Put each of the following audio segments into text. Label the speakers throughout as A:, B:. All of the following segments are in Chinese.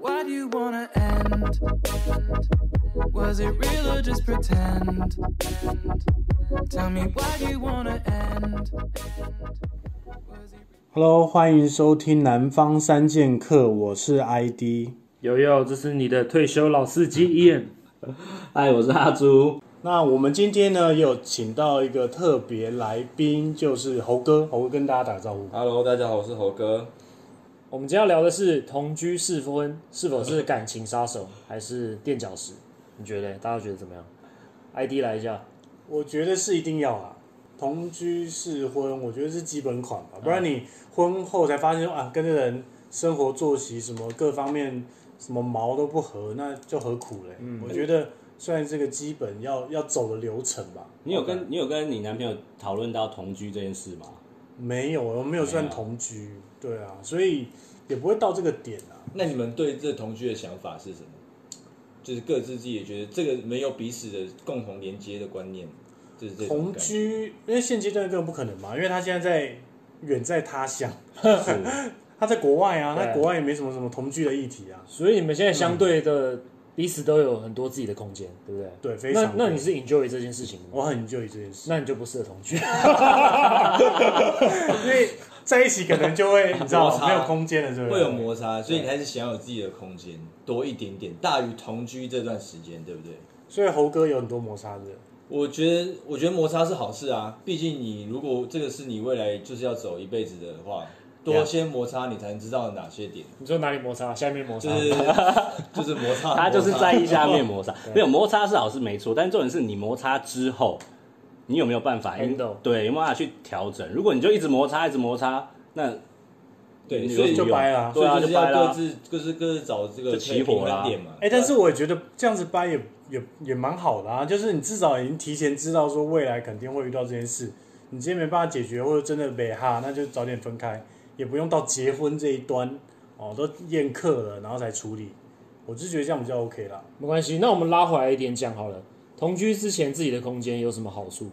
A: Why do you wanna end? Was it real or just pretend? Tell me why do you wanna end? Was it
B: Hello，欢迎收听《南方三剑客》，我是 ID。
C: 友友，这是你的退休老司机 Ian。
D: 嗨，我是阿朱。
B: 那我们今天呢，也有请到一个特别来宾，就是猴哥。猴哥跟大家打个招呼。
D: Hello，大家好，我是猴哥。
C: 我们今天要聊的是同居试婚是否是感情杀手， 还是垫脚石？你觉得？大家觉得怎么样？ID 来一下，
B: 我觉得是一定要啊，同居试婚，我觉得是基本款吧，不然你婚后才发现说啊，跟这个人生活作息什么各方面什么毛都不合，那就何苦嘞？我觉得算是个基本要要走的流程吧。
D: 你有跟你有跟你男朋友讨论到同居这件事吗？
B: 没有，我没有算
D: 没有
B: 同居，对啊，所以也不会到这个点啊。
E: 那你们对这同居的想法是什么？就是各自自己也觉得这个没有彼此的共同连接的观念，就是这种
B: 同
E: 感觉。
B: 居，因为现阶段根本不可能嘛，因为他现在在远在他乡， 他在国外啊，
C: 对
B: 他国外也没什么什么同居的议题啊。
C: 所以你们现在相对的、彼此都有很多自己的空间，对不对？
B: 对非常
C: 那那你是 enjoy 这件事情的吗？
B: 我很 enjoy 这件事，
C: 那你就不适合同 居。
B: 因为在一起可能就会你知道
E: 摩擦
B: 没有空间了，对不对？
E: 会有摩擦，所以你还是想要有自己的空间多一点点，大于同居这段时间，对不对？
B: 所以猴哥有很多摩擦的。
E: 我觉得，我觉得摩擦是好事啊，毕竟你如果这个是你未来就是要走一辈子的话，多些摩擦你才能知道哪些点，
C: 你说哪里摩擦？下面摩擦
E: 就。是就是摩擦，
D: 他就是
E: 摩擦
D: 在意下面摩擦， 没有摩擦是好事没错，但重点是你摩擦之后，你有没有办法
C: Handle
D: 对，有没有办法去调整？如果你就一直摩擦，一直摩擦，那
E: 对，
D: 你
E: 所以
B: 就
D: 有
B: 掰啦
D: 对
E: 所
D: 啊，
E: 以就
D: 就是掰
E: 要
D: 啦
E: 各。自各自各自找这个
D: 就起火啦
E: 平衡点嘛。啊
B: 哎、但是我也觉得这样子掰也也也蛮好的啊，就是你至少已经提前知道说未来肯定会遇到这件事，你今天没办法解决或者真的没哈，那就早点分开，也不用到结婚这一端哦，都宴客了然后才处理，我就觉得这样比较 OK 啦。
C: 没关系，那我们拉回来一点讲好了。同居之前自己的空间有什么好处？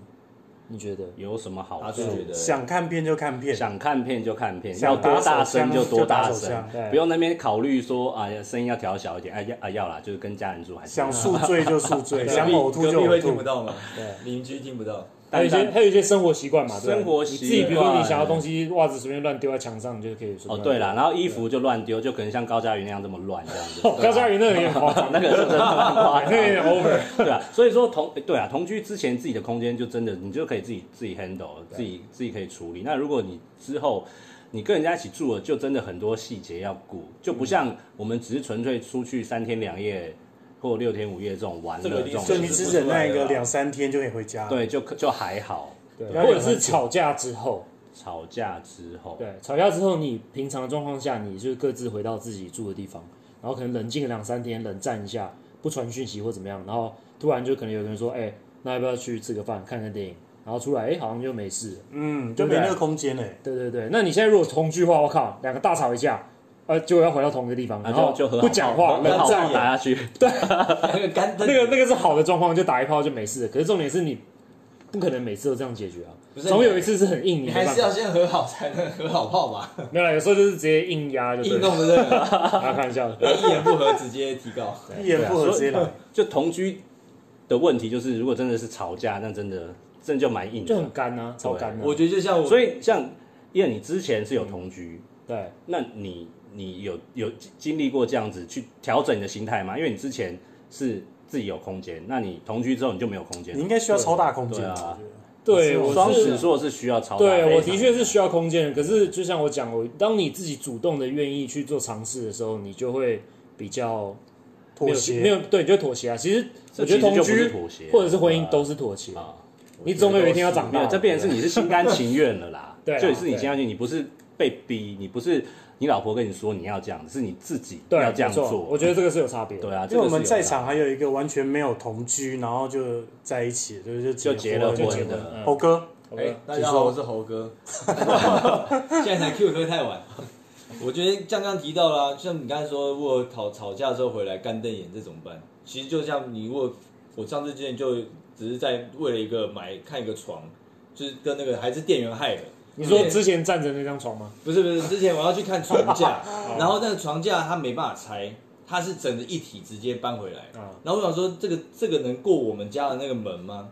C: 你觉得？
D: 有什么好
E: 他
D: 处
E: 就？觉得
B: 想看片就看片，
D: 想看片就看片，
B: 想
D: 要多
B: 打
D: 大
B: 手枪
D: 声就多大
B: 就打手
D: 声
B: 枪
C: 对，
D: 不用那边考虑说啊，声音要调小一点，哎要啊要啦，就是跟家人住还是
B: 想宿醉就宿醉，
E: 隔壁
B: 想呕吐就
E: 隔壁会
B: 呕
E: 听不
B: 吐。
E: 到吗？
C: 对，
E: 邻居听不到。
C: 还有一
D: 但
C: 些
D: 但
C: 还有一些生活习惯嘛，对不对
D: 生活习
C: 你
D: 惯
C: 自己，比如说你想要东西，袜子随便乱丢在墙上，你就可以随便
D: 哦
C: 乱丢
D: 对了，，然后衣服就乱丢，就可能像高佳瑜那样这么乱这样子。
C: 哦
D: 啊
C: 高嘉宇那个也很夸 张，
D: 那个是真的很 夸
C: 那个也
D: 张，
C: 很 over。
D: 对啊，所以说同对啊同居之前自己的空间就真的你就可以自己自己 handle，自己自己可以处理。那如果你之后你跟人家一起住了，就真的很多细节要顾，就不像我们只是纯粹出去三天两夜或六天五夜这种玩
E: 这
D: 乐
E: 个一
D: 这
E: 定
D: 种
E: 是
B: 就
D: 事
B: 你
D: 情，
B: 只忍耐个两三天就可以回家，，
D: 对就就还好。
C: 对，
B: 对
C: 或者是吵架之后，
D: 吵架之后，
C: 对，吵架之后，你平常的状况下，你就各自回到自己住的地方，然后可能冷静两三天，冷战一下，不传讯息或怎么样，然后突然就可能有个人说，哎，那要不要去吃个饭，看个电影？然后出来，哎，好像就没事了。
B: 嗯，就没那个空间嘞、
C: 对对
D: 嗯
C: 对，那你现在如果同居的话，我靠，两个大吵一架，呃，就要回到同一个地方，
D: 然
C: 然
D: 后
C: 后
D: 啊就和
C: 不讲话，
D: 很
C: 冷
D: 好
C: 战
D: 打下去，
E: 那个干
C: 那个那个是好的状况，就打一炮就没事了。可是重点是你不可能每次都这样解决啊，
E: 不是
C: 总有一次是很硬，
E: 你
C: 没
E: 还
C: 办
E: 是要
C: 法。
E: 先和好才能和好炮吧？
C: 没有啦，有时候就是直接硬压就对
E: 硬
C: 了。
E: 弄的这个，
C: 啊，开玩笑的。
E: 一言不合直接提高。
B: 一言
C: 啊
B: 不合直接来。
D: 就同居的问题就是，如果真的是吵架，那真的真的就蛮硬的，
C: 就很干啊，超干啊。
E: 我觉得就像我，
D: 所以像因为你之前是有同居，
C: 对
D: 那你你有有经历过这样子去调整你的心态吗？因为你之前是自己有空间，那你同居之后你就没有空间
B: 你应
D: 了。
B: 该需要超大空间，
D: 对啊
B: 我觉得
C: 对，我
D: 双子
C: 是
D: 座是需要超大非常，
C: 对我的确是需要空间的。可是就像我讲，我当你自己主动的愿意去做尝试的时候，你就会比较没
B: 妥
C: 有
B: 协
C: 没有对，你就会妥协啊。其实
D: 这
C: 我觉得同
D: 其实就不
C: 居
D: 是妥协
C: 或者是啊婚姻都是妥协，
D: 啊，
C: 你总有一天要长
D: 没有，
C: 大。
D: 这变成是你是心甘情愿了啦，
C: 对啊
D: 就是你心甘情愿，你不是被逼，你不是你老婆跟你说你要这样，是你自己
C: 对
D: 要这样
C: 没错
D: 做。
C: 我觉得这个是有差别的。
D: 对啊，
B: 因为我们
D: 这个
B: 在
D: 是有的
B: 场
D: 啦
B: 还有一个完全没有同居，然后就在一起，就是
D: 就结了
C: 就结
D: 婚
C: 婚
D: 的
E: 嗯
C: 了，
B: 猴哥，
C: 好吧
E: 哎，大家好，我是猴哥。 现在才 Q 哥太晚。 我觉得像刚刚提到啦、像你刚才说，如果吵吵架之后回来干瞪眼，这怎么办？其实就像你，如果我上次之前就只是在为了一个买看一个床，就是跟那个还是店员害的，
C: 你说之前站着那张床吗？
E: 不是不是，之前我要去看床 架，
C: 哦
E: 然后那个床架它没办法拆，它是整个一体直接搬回来。
C: 啊
E: 然后我想说，这个这个能过我们家的那个门吗？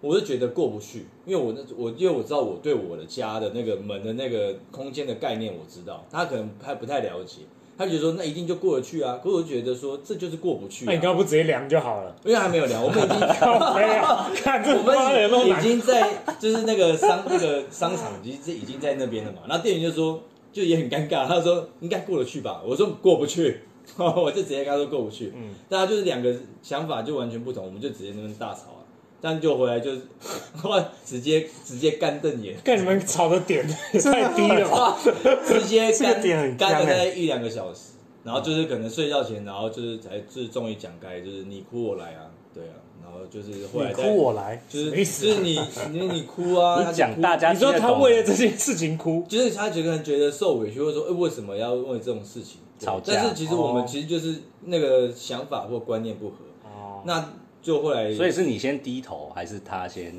E: 我就觉得过不去，因为我那我因为我知道我对我的家的那个门的那个空间的概念我知道，他可能还不太了解，他觉得说那一定就过得去啊，可是我觉得说这就是过不去、
C: 那你
E: 啊，
C: 刚刚不直接量就好了？
E: 因为还没有聊，我们已经
C: 靠没有，看这
E: 我
C: 妈的都
E: 们已
C: 难。
E: 经在就是那个商那个商场，已经已经在那边了嘛。然后店员就说，就也很尴尬，他说应该过得去吧，我说过不去， 我就直接跟他说过不去。嗯，大家就是两个想法就完全不同，我们就直接那边大吵啊。但就回来就是， 直接直接干瞪眼，
C: 看你们吵的点也太低了吧？
E: 直 接
B: 这个点
E: 干
B: 很
E: 干
B: 干
E: 了
B: 欸
E: 大概一两个小时，然后就是可能睡觉前，然后就是才就是终于讲开，就是你哭我来啊，对啊，然后就是后来
B: 你
E: 再
B: 哭我来，
E: 就
C: 什
E: 是
C: 么
E: 就
C: 意思
E: 是你你你哭 啊，他就
D: 啊你讲
E: 哭
D: 大家
C: 你说
D: 听得
C: 他
D: 懂
C: 为了这件事情哭，
E: 就是他觉得觉得受委屈，或者说，哎、为什么要为这种事情对
D: 吵架
E: 但是其实我
C: 哦
E: 们其实就是那个想法或观念不合，
C: 哦，
E: 那就后来，
D: 所以是啊你先低头，还是他先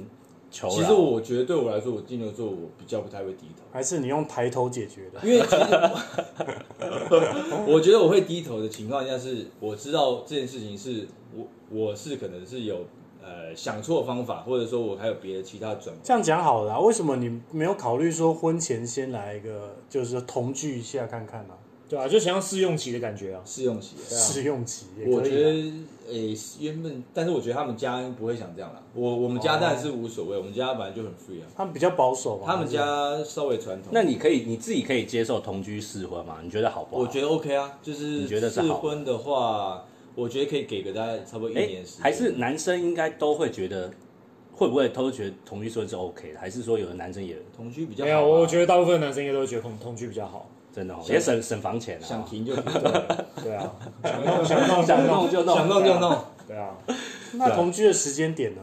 D: 求饶？
E: 其实我觉得对我来说，我金牛座我比较不太会低头，
B: 还是你用抬头解决的？
E: 因为其实我 我觉得我会低头的情况下是，我知道这件事情是我我是可能是有呃想错方法，或者说我还有别的其他转
B: 这样讲好了啊、为什么你没有考虑说婚前先来一个，就是同居一下看看呢、
C: 对啊，就想要试用期的感觉啊。
E: 试用期。对啊
B: 试用期也可以啊、
E: 我觉得，诶、原本，但是我觉得他们家不会想这样啦。我我们家当然是无所谓，我们家本来就很 free 啊。
B: 他们比较保守嘛，
E: 他们家稍微传统，
D: 那你可以你自己可以接受同居试婚吗？你觉得好不好？
E: 我觉得 OK 啊，就是
D: 你觉得是
E: 试
D: 好的
E: 婚的话，我觉得可以给个大概差不多一
D: 哎、
E: 年时间。
D: 还是男生应该都会觉得，会不会都觉得同居试婚是 OK 的？还是说有的男生也
E: 同居比较
C: 没
E: 好啊
C: 有，我觉得大部分男生应该都会觉得同同居比较好。
D: 真的、哦、
E: 想
D: 也省省房钱啊？
E: 想停就停，对
C: 对啊，想弄想弄
D: 想弄就弄，
E: 想弄就。弄。
C: 对啊，
B: 那同居的时间点呢？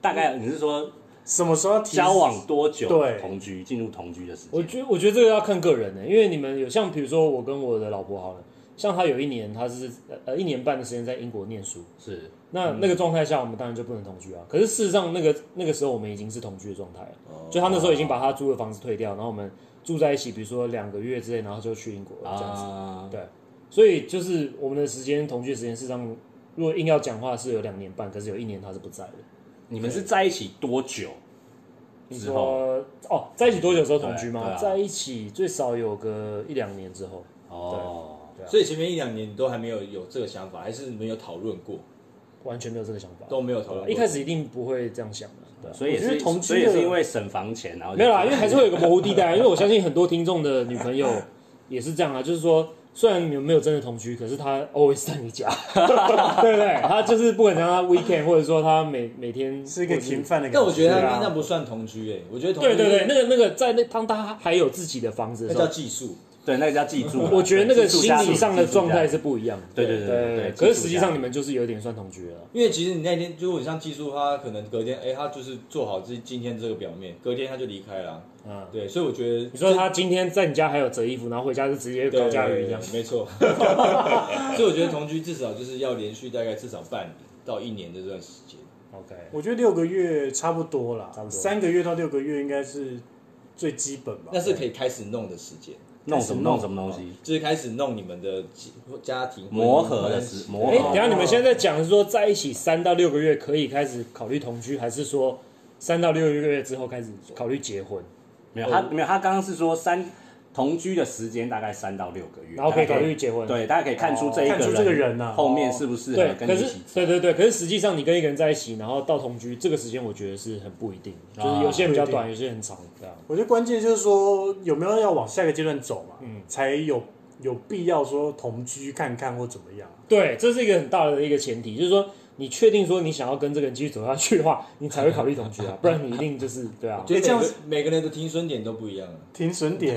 D: 大概你是说
B: 什么时候要提
D: 交往多久
B: 对
D: 同居进入同居的时
C: 我
D: 间？
C: 觉我觉得这个要看个人的、因为你们有像比如说我跟我的老婆好了，像她有一年她是呃呃一年半的时间在英国念书，
D: 是
C: 那那个状态下我们当然就不能同居啊。可是事实上那个那个时候我们已经是同居的状态了，
D: 哦
C: 就她那时候已经把她租的房子退掉，然后我们住在一起，比如说两个月之内，然后就去英国了这样子。
D: 啊，
C: 对，所以就是我们的时间同居的时间，事实上如果硬要讲话是有两年半，可是有一年她是不在的。
D: 你们是在一起多久？
C: 你
D: 之后
C: 说哦，在一起多久的时候同居
D: 对
C: 吗？
D: 对啊
C: 在一起最少有个一两年之后。
D: 哦，
C: 啊
E: 所以前面一两年你都还没有有这个想法，还是没有讨论过，
C: 完全没有这个想法，
E: 都没有讨论过
C: 一开始一定不会这样想的，对啊
D: 所以也
B: 我觉
D: 是
B: 得同居的
D: 所以也是因为省房钱，啊然后就
C: 没有啦，因为还是会有个模糊地带啊，因为我相信很多听众的女朋友也是这样啊，就是说。虽然你们没有真的同居，可是她 always 在你家，对不对？她就是不管怎样，她 weekend 或者说她每每天
B: 是一个
C: 或者
B: 停饭的感
E: 但我觉得
C: 是啊
E: 那那不算同居诶、我觉得同
C: 对
E: 居
C: 对对，那个那个在那当她还有自己的房子
E: 那
C: 的时
E: 叫
C: 候，
E: 技术，
D: 对那个叫记住啦。
C: 我觉得那个
D: 寄宿
C: 心
D: 家
C: 理上的
D: 寄宿家
C: 状态是不一样的。
D: 对对对对对
C: 可
D: 寄
C: 是
D: 宿
C: 实际
D: 家
C: 上你们就是有点算同居了。
E: 因为其实你那天如果你像技术，他可能隔天哎、他就是做好自己今天这个表面，隔天他就离开了啊、
C: 嗯，
E: 对，所以我觉得
C: 你说他今天在你家还有折衣服，然后回家就直接高价
E: 对
C: 鱼一样。
E: 没错。所以我觉得同居至少就是要连续大概至少半年到一年的这段时间。
C: OK，
B: 我觉得六个月差不多啦，
C: 差不多
B: 三个月到六个月应该是最基本吧。
E: 那是可以开始弄的时间，
D: 弄什么弄什么东西？
E: 就是开始弄你们的家家庭
D: 磨合的时磨
C: 哎、
D: 合。
C: 等一下你们现在在讲是说在一起三到六个月可以开始考虑同居，还是说三到六个月之后开始考虑结婚，
D: 没有，他没有，他刚刚是说三同居的时间大概三到六个月，
C: 然后可以
D: 大
C: 考
D: 家
C: 虑结婚？
D: 对，大家可以看出这一
B: 看出这个人呐、
D: 后面适不适合
C: 对，
D: 跟
C: 可
D: 你一
C: 是
D: 起走。
C: 对对对，可是实际上你跟一个人在一起，然后到同居这个时间，我觉得是很不一定，
D: 啊
C: 就是有些比较短，有些很长，对啊。
B: 我觉得关键就是说有没有要往下一个阶段走嘛，才有有必要说同居看看或怎么样。
C: 对，这是一个很大的一个前提，就是说你确定说你想要跟这个人继续走下去的话，你才会考虑同居啊，不然你一定就是对啊。
E: 就
B: 哎这样
E: 每
B: 子
E: 个每个人的停损点都不一样啊。
B: 停损点，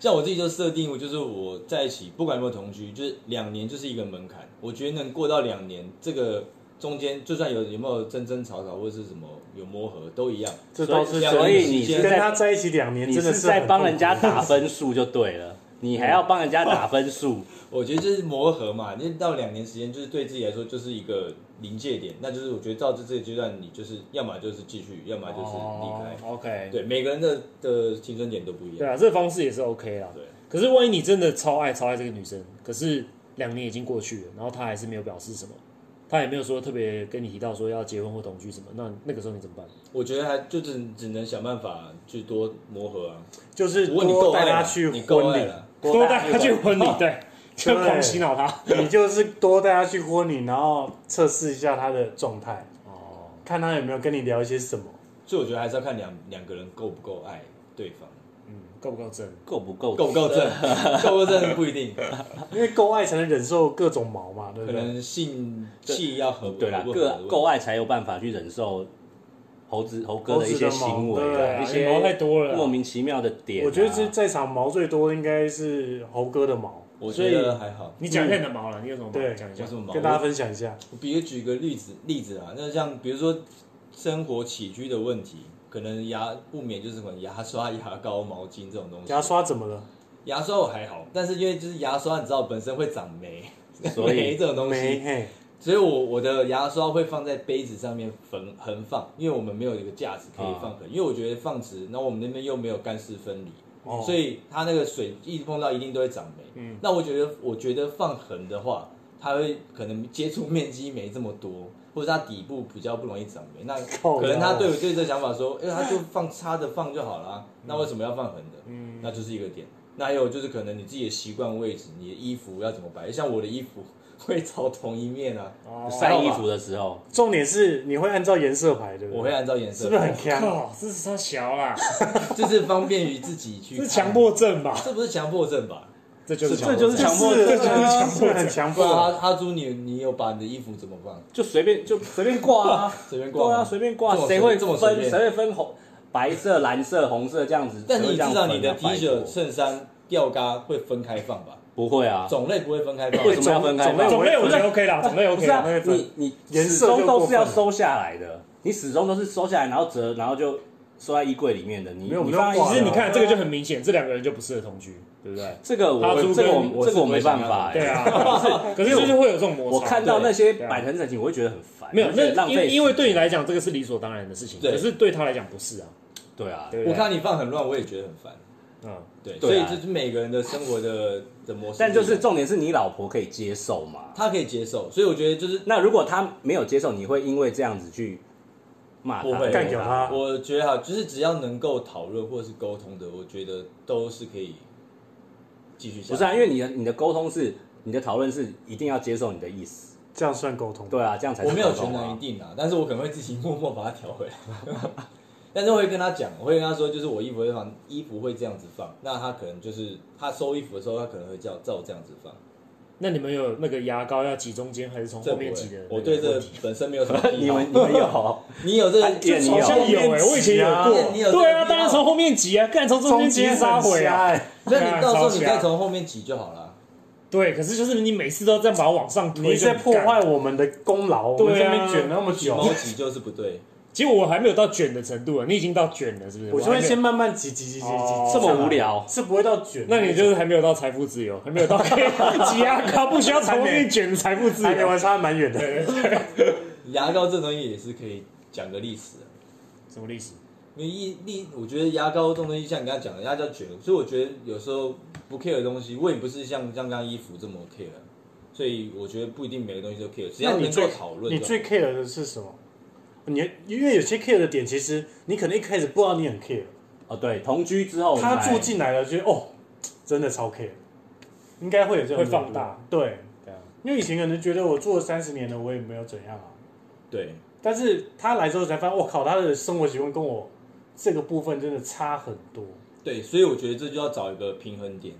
E: 像我自己就设定，我就是我在一起，不管有没有同居，就是两年就是一个门槛。我觉得能过到两年，这个中间就算有有没有争争吵吵或者是什么有磨合都一样。
B: 这倒是
E: 所以
B: 真的
E: 所以
D: 你是
B: 跟
D: 在
B: 他在一起两年，
D: 你
B: 真的
D: 是
B: 很
D: 在帮人家
B: 痛苦
D: 打分数就对了，你还要帮人家打分数，
E: 我觉得就是磨合嘛，那到两年时间，就是对自己来说就是一个临界点，那就是我觉得到这这个阶段，你就是要么就是继续，要么就是离开。
C: 哦 OK，
E: 对，每个人的的青春点都不一
C: 对
E: 样。
C: 啊，这个方式也是 OK 啦。
E: 对，
C: 可是万一你真的超爱超爱这个女生，可是两年已经过去了，然后她还是没有表示什么，她也没有说特别跟你提到说要结婚或同居什么，那那个时候你怎么 办？
E: 我觉得还就只只能想办法去多磨合啊。
B: 就是
E: 如果你够
B: 多带
E: 爱
B: 她
E: 了，
B: 去
E: 你够
B: 婚
E: 爱啊
B: 礼，
E: 了，
C: 多带 她去婚礼，对，就
B: 对
C: 狂洗脑她。
B: 你就是多带她去婚礼，然后测试一下她的状态，
C: 哦，
B: 看她有没有跟你聊一些什么。
E: 所以我觉得还是要看两两个人够不够爱对方，
C: 嗯，够不够真？
D: 够不够？
E: 够不够正，够不够正不一定，
B: 因为够爱才能忍受各种毛嘛，对
E: 可
B: 不对？
E: 能性气要合，
D: 对啦，够够啊爱才有办法去忍受猴子猴哥的一些行
B: 猴子的毛
D: 为
B: 对
D: 啊，
B: 啊
D: 一
C: 你
D: 些
C: 毛太多了啊
D: 莫名其妙的点啊。
B: 我觉得这在场毛最多应该是猴哥的毛，
E: 我
B: 所
E: 觉
B: 以
E: 得还好。
C: 你讲一下你的毛了，你有什么毛
B: 对
C: 讲一下
E: 有？什么毛
B: 跟大家分享一下。
E: 我比如举个例子例子啊，那像比如说生活起居的问题，可能牙不免就是什么牙刷、牙膏、毛巾这种东西。
B: 牙刷怎么了？
E: 牙刷我还好，但是因为就是牙刷，你知道本身会长霉，
D: 所以
E: 霉这种东
B: 没
E: 西，
B: 嘿，
E: 所以我我的牙刷会放在杯子上面横横放，因为我们没有一个架子可以放横，因为我觉得放直，然后我们那边又没有干湿分离。
B: 哦
E: 所以它那个水一碰到一定都会长霉。那我觉得，我觉得放横的话，它会可能接触面积没这么多，或者它底部比较不容易长霉。那
B: 靠
E: 可能他
B: 腰
E: 对我对这想法说，因为他就放插着放就好啦，那为什么要放横的？那就是一个点。那还有就是可能你自己的习惯位置，你的衣服要怎么摆？像我的衣服会朝同一面啊，
D: 晒衣服的时候，
B: 重点是你会按照颜色排，对不对？
E: 我会按照颜色
B: 是不是很
E: 摆，
B: 强？
C: 靠，这是他小啦，
E: 就是方便于自己去。
C: 这是强，迫症 吧？
E: 这不是强迫症吧？
C: 这就是
D: 这就是强迫
B: 是 这
D: 症这
B: 就
C: 就是是
B: 强
C: 强
B: 迫症，
C: 迫症啊
B: 很强
E: 不然阿
B: 迫。
E: 阿朱，你你有把你的衣服怎么放？
D: 就随便就随便挂 啊，
E: 随便挂吗
D: 对啊，随便挂
E: 这，么随
D: 谁会
E: 这么随
D: 分？
E: 便
D: 谁会分红、白色、蓝色、红色这样子？
E: 但你
D: 谁会
E: 知
D: 这样
E: 道你的
D: 分
E: T
D: 啊拜
E: 恤、
D: 托
E: 衬衫、吊嘎会分开放吧？
D: 不会啊，
E: 种类不会分开放，
D: 为什么要分开
B: 种类
D: 放？
C: 种类我觉得 OK 啦，种类
D: 不
C: OK
D: 是啊
C: 啦。，
D: 你你
B: 颜
D: 始
B: 色就
D: 终都
B: 过
D: 是
B: 分
D: 要
B: 了
D: 收下来的，你始终都是收下来，然后折，然后就收在衣柜里面的。你
B: 没有我
D: 你
B: 们
D: 放
B: 都
D: 在
B: 挂啊
C: 其
B: 了
C: 实你看这个就很明显，这两个人就不适合同居，对不对？
D: 这个
C: 他
D: 我
C: 猪
D: 这个
C: 跟
D: 我
E: 我
D: 这
E: 是
D: 个我
E: 不
D: 没
E: 会
D: 办
E: 想
D: 法
E: 要
D: 欸
C: 对啊， 可是就是会有这种摩
D: 我
C: 擦。
D: 看到那些
C: 对啊
D: 摆成整齐，我会觉得很烦，
C: 没有，
D: 而且
C: 那
D: 浪
C: 因
D: 费时间，
C: 因为对你来讲这个是理所当然的事情，
E: 对
C: 可是对他来讲不是啊。
D: 对啊，
C: 对不对
E: 我看你放很乱，我也觉得很烦。
C: 嗯，
E: 对，所
D: 对
E: 以
D: 啊
E: 就是每个人的生活的的模式不一样，
D: 但就是重点是你老婆可以接受嘛？
E: 他可以接受，所以我觉得就是
D: 那如果她没有接受，你会因为这样子去骂她
E: 不会
B: 干掉她
E: 我觉得哈，就是只要能够讨论或是沟通的，我觉得都是可以继续下去。
D: 不是啊，因为你的你的沟通是你的讨论是一定要接受你的意思，
B: 这样算沟通？
D: 对啊，这样才是
E: 我没有
D: 沟通
E: 全
D: 啊
E: 然一定啊，但是我可能会自己默默把它调回来。 但是我会跟他讲，我会跟他说，就是我衣服会放，衣服会这样子放。那他可能就是他收衣服的时候，他可能会叫照这样子放。
C: 那你们有那个牙膏要挤中间还是从
E: 这
C: 后
E: 不会
C: 面挤的那个
E: 我
C: 问题？
E: 对这本身没有什么
D: 你
E: 癖好
D: 们你们有
E: 你有这个
D: 哎也你
C: 好像
B: 有
C: 有哎、我以前有
B: 后面
E: 挤啊你
C: 过。
E: 有这个
C: 对啊，
E: 必要
C: 当然从后面挤啊，干从中
B: 中
C: 间挤
B: 间
C: 是杀
B: 很
C: 回
B: 瞎
C: 啊。
B: 哎，
E: 那你到时候你
C: 干超瞎
E: 再从后面挤就好了。
C: 对，可是就是你每次都这样把它往上推，
B: 你在破
C: 就很
B: 坏
C: 干。
B: 我们的功劳，我们
C: 对
B: 这
C: 啊
B: 边卷那么
E: 挤
B: 久，
E: 猫挤就是不对，
C: 其实我还没有到卷的程度啊，你已经到卷了，是不是？
B: 我就
C: 还
B: 会
C: 没有
B: 先。慢慢挤挤挤挤
C: 哦
B: 挤，
D: 这么无聊？
B: 是不会到卷。
C: 那你就是还没有到财富自由，还没有到 可以挤牙膏不需要从后面卷的财富自
B: 哎，我
C: 由。
B: 还差得蛮远的。
E: 牙膏这东西也是可以讲个历史啊。
C: 什么历史？
E: 因为一历，我觉得牙膏这种东西，像你刚才讲的，牙膏卷，所以我觉得有时候不 care 的东西，我也不是像像刚刚衣服这么 care，所以我觉得不一定每个东西都 care，只
B: 那
E: 要
B: 你
E: 能够
B: 最
E: 讨论
B: 你
E: 就好。
B: 最 care 的是什么？你因为有些 care 的点，其实你可能一开始不知道你很 care，
D: 哦，对，同居之后
B: 他
D: 才
B: 住进来了，觉得哦，真的超 care，应该会有这种
C: 会放大
B: 程度，对，
C: 对啊，
B: 因为以前可能觉得我做了三十年了，我也没有怎样啊，
E: 对，
B: 但是他来之后才发现，我靠，他的生活习惯跟我这个部分真的差很多，
E: 对，所以我觉得这就要找一个平衡点，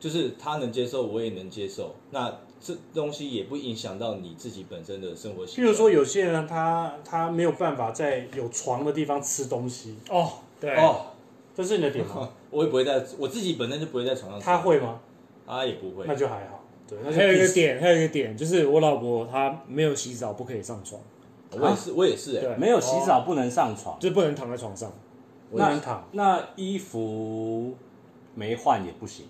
E: 就是他能接受，我也能接受，那这东西也不影响到你自己本身的生活习
B: 譬
E: 惯。
B: 如说有些人他他没有办法在有床的地方吃东西，
C: 哦，对，
E: 哦，
B: 这是你的点 吗？
E: 我也不会在，我自己本身就不会在床上吃，
B: 他会吗？
E: 他也不会
B: 那，就还好，对，那就
C: 还有一个
B: peace
C: 点，还有一个点就是我老婆她没有洗澡不可以上床，
E: 我也是，我也是、欸，
C: 对
D: 没有洗澡不能上床，
C: 就是不能躺在床上。
B: 不能躺，
D: 那衣服没换也不行，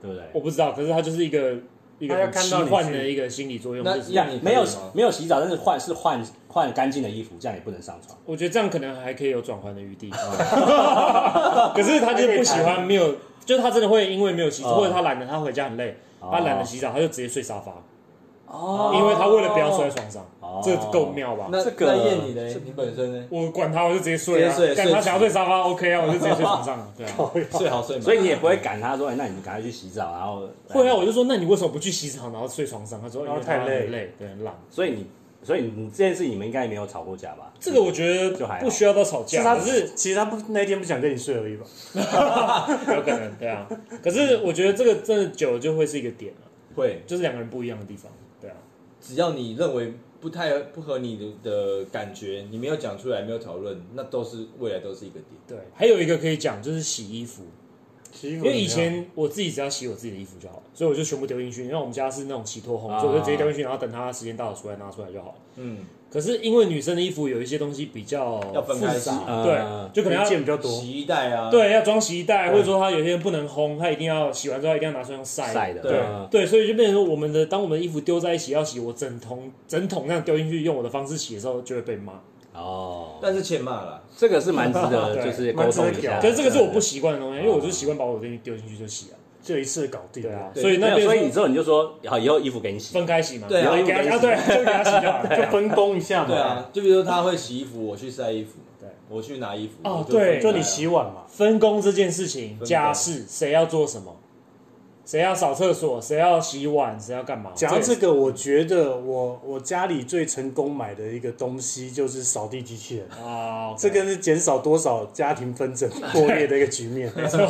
D: 对不对？
C: 哦我不知道，可是她就是一个一个
B: 他要
C: 很
B: 看
C: 奇
B: 到你
C: 幻
B: 去
C: 的一个心理作用，
E: 那
C: 就是
E: 让你
D: 没有
E: 可以吗
D: 没有洗澡，但是换是换换干净的衣服，这样也不能上床。
C: 我觉得这样可能还可以有转换的余地。可是他就是不喜欢没有，就是他真的会因为没有洗澡，
D: 哦
C: 或者他懒得，他回家很累，他懒得洗澡，他就直接睡沙发，
D: 哦
C: 因为他为了不要睡在床上
D: 哦，
C: 这够妙吧？
E: 那
D: 这个
E: 那验你的，你本身呢？
C: 我管他，我就直接睡啊
E: 直接睡，
C: 干
E: 睡
C: 他想要睡沙发 OK 啊，我就直接睡床上， 对啊。
E: 睡好睡满，
D: 所以你也不会赶他说，哎，那你赶快去洗澡，然后
C: 会啊，我就说那你为什么不去洗澡，然后睡床上？他说因
B: 然后
C: 为
B: 太
C: 他
B: 累
C: 很累，对，很懒。
D: 所以你所以你这件事你们应该也没有吵过架吧？
C: 这个我觉
D: 就
C: 得
D: 还好
C: 不需要到吵
B: 是
C: 架，
B: 他
C: 可是
B: 其实他不那一天不想跟你睡而已吧？
C: 有可能对啊。可是我觉得这个真的久了就会是一个点了，
E: 会，
C: 就是两个人不一样的地方，对啊。
E: 只要你认为不太不合你的的感觉，你没有讲出来，没有讨论，那都是未来都是一个点。
C: 对，还有一个可以讲就是洗衣服，
B: 洗衣
C: 因
B: 服怎么样，
C: 为以前我自己只要洗我自己的衣服就好了，所以我就全部丢进去。因为我们家是那种洗脱烘，
D: 啊
C: 所以我就直接丢进去，然后等它时间到了出来拿出来就好了。
E: 嗯，
C: 可是因为女生的衣服有一些东西比较
E: 要分开洗
C: 复杂
D: 嗯
C: 对，就可能
B: 零件
C: 要
B: 比较多，
E: 洗衣袋啊，，
C: 对要装洗衣袋，或者说它有些人不能烘，它一定要洗完之后一定要拿出来用晒
D: 晒的，
E: 对
D: 嗯
C: 对，所以就变成说，我们的当我们的衣服丢在一起要洗，我整桶整桶那样丢进去，用我的方式洗的时候就会被骂。
D: 哦，
E: 但是欠骂啦，
D: 这个是蛮值得，
C: 对
D: 就是沟通一下。
B: 蛮值得聊
C: 可是这个是我不习惯的东西，因为我就是习惯把我的东西丢进去就洗啊。
B: 就一次搞定。
C: 对啊，
E: 对
C: 所以
D: 没
C: 那
D: 有，
C: 边
D: 所以你之后你就说，好，以后衣服给你洗。
C: 分开洗嘛，
E: 对啊
C: 然后给他
D: 分开洗
C: 啊，对，啊就给他洗就好了。
B: 就分工一下嘛。
E: 对啊，就比如说他会洗衣服，我去晒衣服，
C: 对，
E: 我去拿衣服，
C: 哦
E: 我就
C: 对
E: 分开
B: 就
E: 啊
B: 你洗碗嘛，
C: 分工这件事情，
E: 工
C: 家事谁要做什么，谁要扫厕所，谁要洗碗，谁要干嘛？
B: 讲到这
C: 这
B: 个，我觉得我我家里最成功买的一个东西就是扫地机器人，
C: 啊，
B: 这个是减少多少家庭纷 争破裂的一个局面。没错，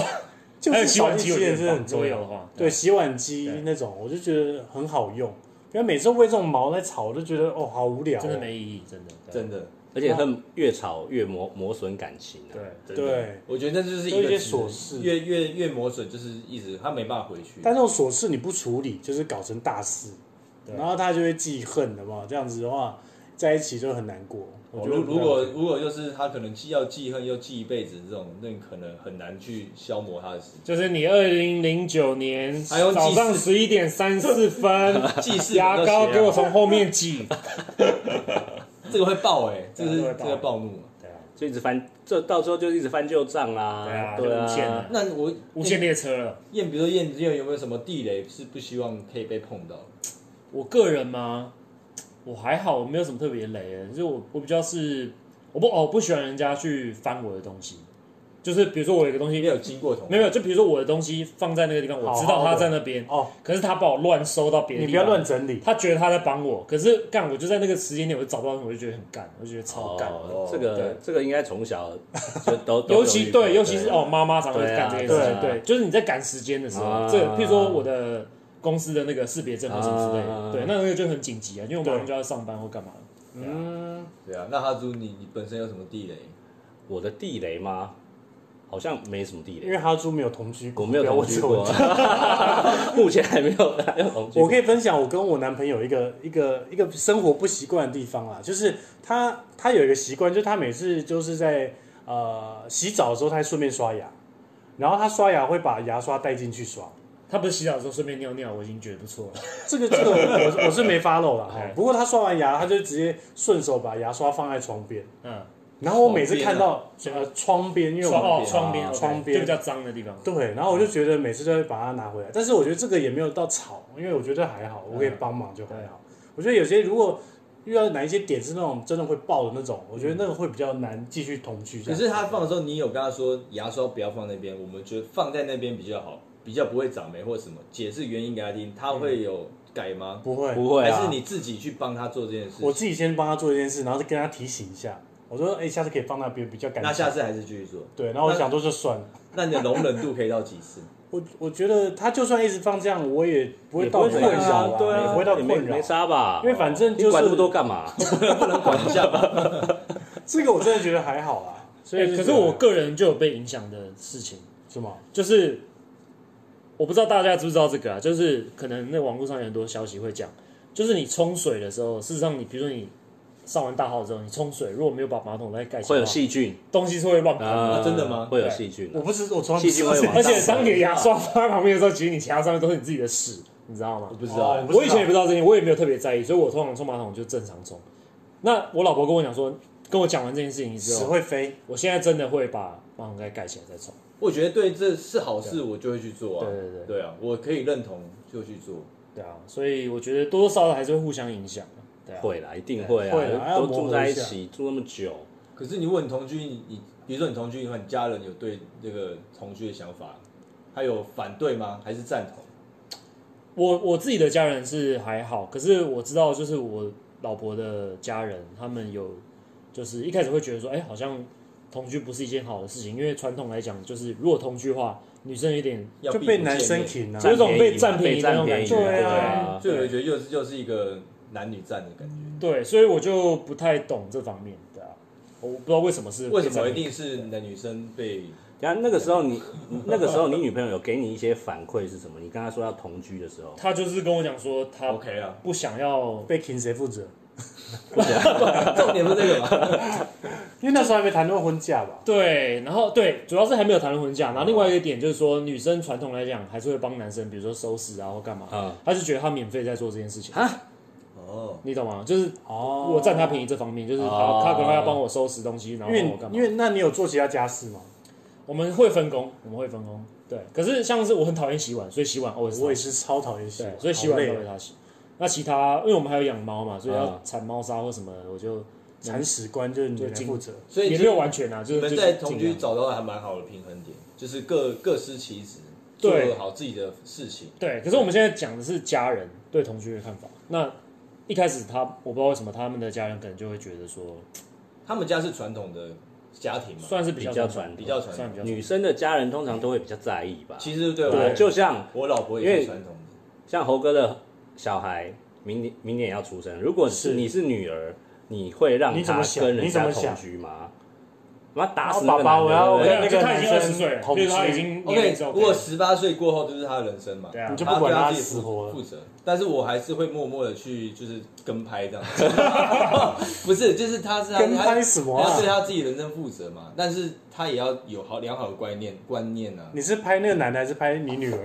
B: 就
C: 还有
B: 是
C: 洗
B: 扫
C: 碗
B: 地
C: 机
B: 机
C: 有
B: 器人
C: 点
B: 真的很重
C: 重要
B: 要。
C: 的话，
B: 对，洗碗机
C: 对
B: 那种，我就觉得很好用。因为每次为这种毛在吵，我就觉得哦，好无聊哦。
C: 真的没意义，真的对
E: 真的，
D: 而且他们越吵越磨磨损感情、啊。
C: 对，
E: 真的
B: 对，
E: 我觉得那就是
B: 都
E: 一
B: 一
E: 个
B: 些
E: 职能
B: 琐事
E: 越越越磨损，就是一直他没办法回去，
B: 但这种琐事你不处理，就是搞成大事，
C: 对
B: 然后他就会记恨的嘛。这样子的话，在一起就很难过。
D: 哦
B: 我
E: 我
B: 觉
E: 如
B: 得
E: 如果如果就是他可能既要记恨又记一辈子这种，那你可能很难去消磨他的时
C: 就是你二零零九年
E: 还有
C: 早上
E: 记
C: 十一点三四分，
E: 记事
C: 牙
E: 本都
C: 膏
B: 啊
E: 写
C: 给我
E: 好
C: 从后面 挤。
E: 间，这个会爆哎、这个是
C: 对会
E: 这
C: 爆
E: 个暴怒。
C: 对啊，
D: 就一直翻，这到时候就一直翻旧账啦。
C: 对啊
D: 对
C: 就无限了
E: 那我
C: 无限列车了。
E: 验，比如说验验有没有什么地雷是不希望可以被碰到的？
C: 我个人吗？我还好，我没有什么特别雷的，就是我我比较是我不哦我不喜欢人家去翻我的东西，就是比如说我有一个东西
E: 没有经过同意
C: 没有，就比如说我的东西放在那个地方，我知
B: 好
C: 道
B: 好
C: 他
B: 的
C: 在那边，
B: 哦，
C: 可是他把我乱收到别的
D: 啊
B: 你
C: 地
B: 不
C: 方，
B: 要乱整理。
C: 他觉得他在帮我，可是干我就在那个时间点我就找不到，我就觉得很干，我就觉得超干。
D: 哦
E: 哦，
D: 这个
C: 对
D: 这个应该从小就 都都有
C: 尤
D: 遇
C: 其
D: 过
C: 对，尤其是哦，妈妈常常会干这件
B: 对
C: 事
B: 啊
C: 情，对，就是你在赶时间的时候
D: 啊，
C: 这譬如说我的公司的那个识别证或什么之类
D: 啊
C: 的，对，那那个就很紧急啊，因为我马上
B: 对
C: 就要上班或干嘛。
B: 嗯，
E: 对啊，那哈猪你你本身有什么地雷？
D: 我的地雷吗？好像没什么地
B: 因
D: 雷，
B: 为哈猪没有同居过，
D: 我没有
B: 不要
D: 同
B: 问
D: 居
B: 这个问
D: 过
B: 题。，
D: 目前还没有还没有同居
B: 我
D: 过。
B: 可以分享我跟我男朋友一个一个一个生活不习惯的地方啦，就是他他有一个习惯，就是他每次就是在呃洗澡的时候，他还顺便刷牙，然后他刷牙会把牙刷带进去刷。
C: 他不是洗澡的时候顺便尿尿，我已经觉得不错了。
B: 这个这个我我我是没 follow 啦，哈
C: 哎
B: 不过他刷完牙，他就直接顺手把牙刷放在床边，
C: 嗯，
B: 然后我每次
E: 床边啊
B: 看到呃窗边，因为
C: 窗
B: 我啊
C: 哦窗边
B: 窗
C: OK，
B: 边
C: 就比较脏的地方。
B: 对，然后我就觉得每次都会把它拿回来，但是我觉得这个也没有到吵，因为我觉得还好，我可以帮忙就还好。我觉得有些如果遇到哪一些点是那种真的会爆的那种，我觉得那个会比较难继续同居下
E: 可
B: 去。
E: 是他放的时候，你有跟他说牙刷不要放那边，我们觉得放在那边比较好，比较不会长霉或什么，解释原因给他听，他
C: 嗯
E: 会有改吗？
B: 不会，
D: 不会啊，
E: 还是你自己去帮他做这件事？
B: 我自己先帮他做一件事，然后再跟他提醒一下，我说哎、下次可以放那边比较干
E: 那
B: 净。
E: 下次还是继续做。
B: 对，然后我想说就算了。
E: 那你的容忍度可以到几次？
B: 我我觉得他就算一直放这样，我也不会
D: 也
B: 到
D: 不会
B: 困
D: 怎样
B: 扰
D: 啊
B: 对
D: 也
B: 啊，不会到
D: 也没
B: 困扰
D: 没。杀吧？
B: 因为反正就是
D: 你管那么多 干嘛？
E: 不能管一下吧？
B: 这个我真的觉得还好 啦。所以
C: 欸
B: 就
C: 可
B: 觉
C: 是
B: 得
C: 我个人就有被影响的事情，
B: 什么
C: 就是我不知道大家知不知道这个啊，就是可能那网络上有很多消息会讲，就是你冲水的时候，事实上你比如说你上完大号之后，你冲水如果没有把马桶盖盖起
D: 会
C: 来
D: 有
C: 的话，
D: 细菌
C: 东西是会乱喷的。
D: 啊
E: 真的吗
D: 会有细菌啊
B: 我，不是我从来不
D: 细菌会
B: 知道
D: 往
C: 而
D: 上
C: 且当你的牙刷放在旁边的时候，其实你其他上面都是你自己的屎，你知道吗
E: 我？不知道，
B: 哦不知道
C: 我以前也不知道这些，我也没有特别在意，所以我通常冲马桶就正常冲。那我老婆跟我讲说，跟我讲完这件事情之
B: 只
C: 后，
B: 会飞，
C: 我现在真的会把马桶盖盖起来再冲。
E: 我觉得对这是好事，我就会去做啊。
C: 对对对
E: 对啊，我可以认同就去做。
C: 对啊，所以我觉得多多少少还是会互相影响的。对啊，
D: 会啦，一定会
B: 会啦
D: 啊，
B: 要
D: 都
B: 磨合
D: 住在
B: 一
D: 一
B: 下
D: 起住那么久，
E: 可是你问同居，你你比如说你同居，你看你家人有对这个同居的想法，他有反对吗？还是赞同？
C: 我我自己的家人是还好，可是我知道就是我老婆的家人，他们有就是一开始会觉得说，哎、好像同居不是一件好的事情，因为传统来讲，就是如果同居的话，女生有点
E: 要
B: 就
E: 避
B: 被
E: 不
B: 男
E: 见
B: 生
E: 面
B: 挺啊
C: 这。有一种被占
D: 占
C: 便宜
D: 便
C: 的那
D: 占
C: 种
D: 便
C: 感
D: 宜，
C: 觉
D: 对
B: 啊
E: 所以我觉得又是又是一个男女战的感觉。
C: 对，所以我就不太懂这方面的、对啊，我不知道为什么是
E: 为什
C: 被
E: 么一
C: 占便宜
E: 定是男女生被？
D: 然后那个时候你，那个时候你女朋友有给你一些反馈是什么？你跟她说要同居的时候，
C: 他就是跟我讲说他
E: OK 啊，
C: 不想要，
B: 被停谁负责？
E: 重点不是这个嘛？
B: 因为那时候还没谈论婚嫁吧？
C: 对，然后对，主要是还没有谈论婚嫁，然后另外一个点就是说，女生传统来讲还是会帮男生，比如说收拾啊或干嘛，
D: 嗯
C: 他就觉得他免费在做这件事情，
E: 哦，
C: 你懂吗？就是
B: 哦
C: 我占他便宜这方面，就是他、
D: 哦
C: 他可能要帮我收拾东西，然后
B: 因
C: 哦帮我
B: 为
C: 干嘛？
B: 因为那你有做其他家事吗？
C: 我们会分工，我们会分工，对。可是像是我很讨厌洗碗，所以洗碗我也是啊
B: 我也是超讨厌洗
C: 对，
B: 碗，
C: 所以洗
B: 好
C: 碗
B: 累
C: 都
B: 哦
C: 给他洗。那其他，因为我们还有养猫嘛，所以要
D: 啊
C: 铲猫砂或什么，我就
B: 铲屎官就是你
C: 就
B: 来
C: 进
B: 负责。
E: 所以
C: 也没有完全啊，就
E: 你
C: 是
E: 们
C: 就是
E: 在同
C: 尽
E: 居
C: 量
E: 找到还蛮好的平衡点，就是各各司其职，
C: 对
E: 做好自己的事情。
C: 对。可是我们现在讲的是家人对同居的看法。那一开始他，我不知道为什么他们的家人可能就会觉得说，
E: 他们家是传统的家庭嘛，
C: 算是
D: 比较
C: 较
D: 传统
E: 比较传
C: 算
E: 统。
C: 比较
D: 女生的家人通常都会比较在意吧。
E: 其实对
D: 对
E: 我
D: 吧，就像
E: 我老婆
D: 因
E: 也
D: 为
E: 是传统的，
D: 像猴哥的小孩，明年明年也要出生。如果
B: 是
D: 是你是女儿，你会让
B: 你怎
D: 她
B: 么想
D: 跟
B: 你
D: 人
B: 怎么
D: 家
B: 想
D: 同居吗？妈打死
B: 然
D: 那
B: 后
D: 个
B: 啊爸爸
D: 男的
B: 我要
D: 对不对
C: 没有
B: 那个
C: 就他已
B: 男
C: 经二
B: 生
C: 十岁了，
B: 同
C: 就是他
B: 居
C: 已经年龄
E: OK，
C: 是 OK
E: 如果十八岁过后就是他的人生嘛，
C: 对啊
B: 你就不管
E: 他
B: 他
E: 自己
B: 死活了。
E: 负责，但是我还是会默默的去就是跟拍这样 子，不是，就是他是他
B: 跟拍什么
E: 他
B: 啊
E: 他对？他自己人生负责嘛，但是他也要有好良好的观念观念啊，
B: 你是拍那个男的，还是拍你女儿？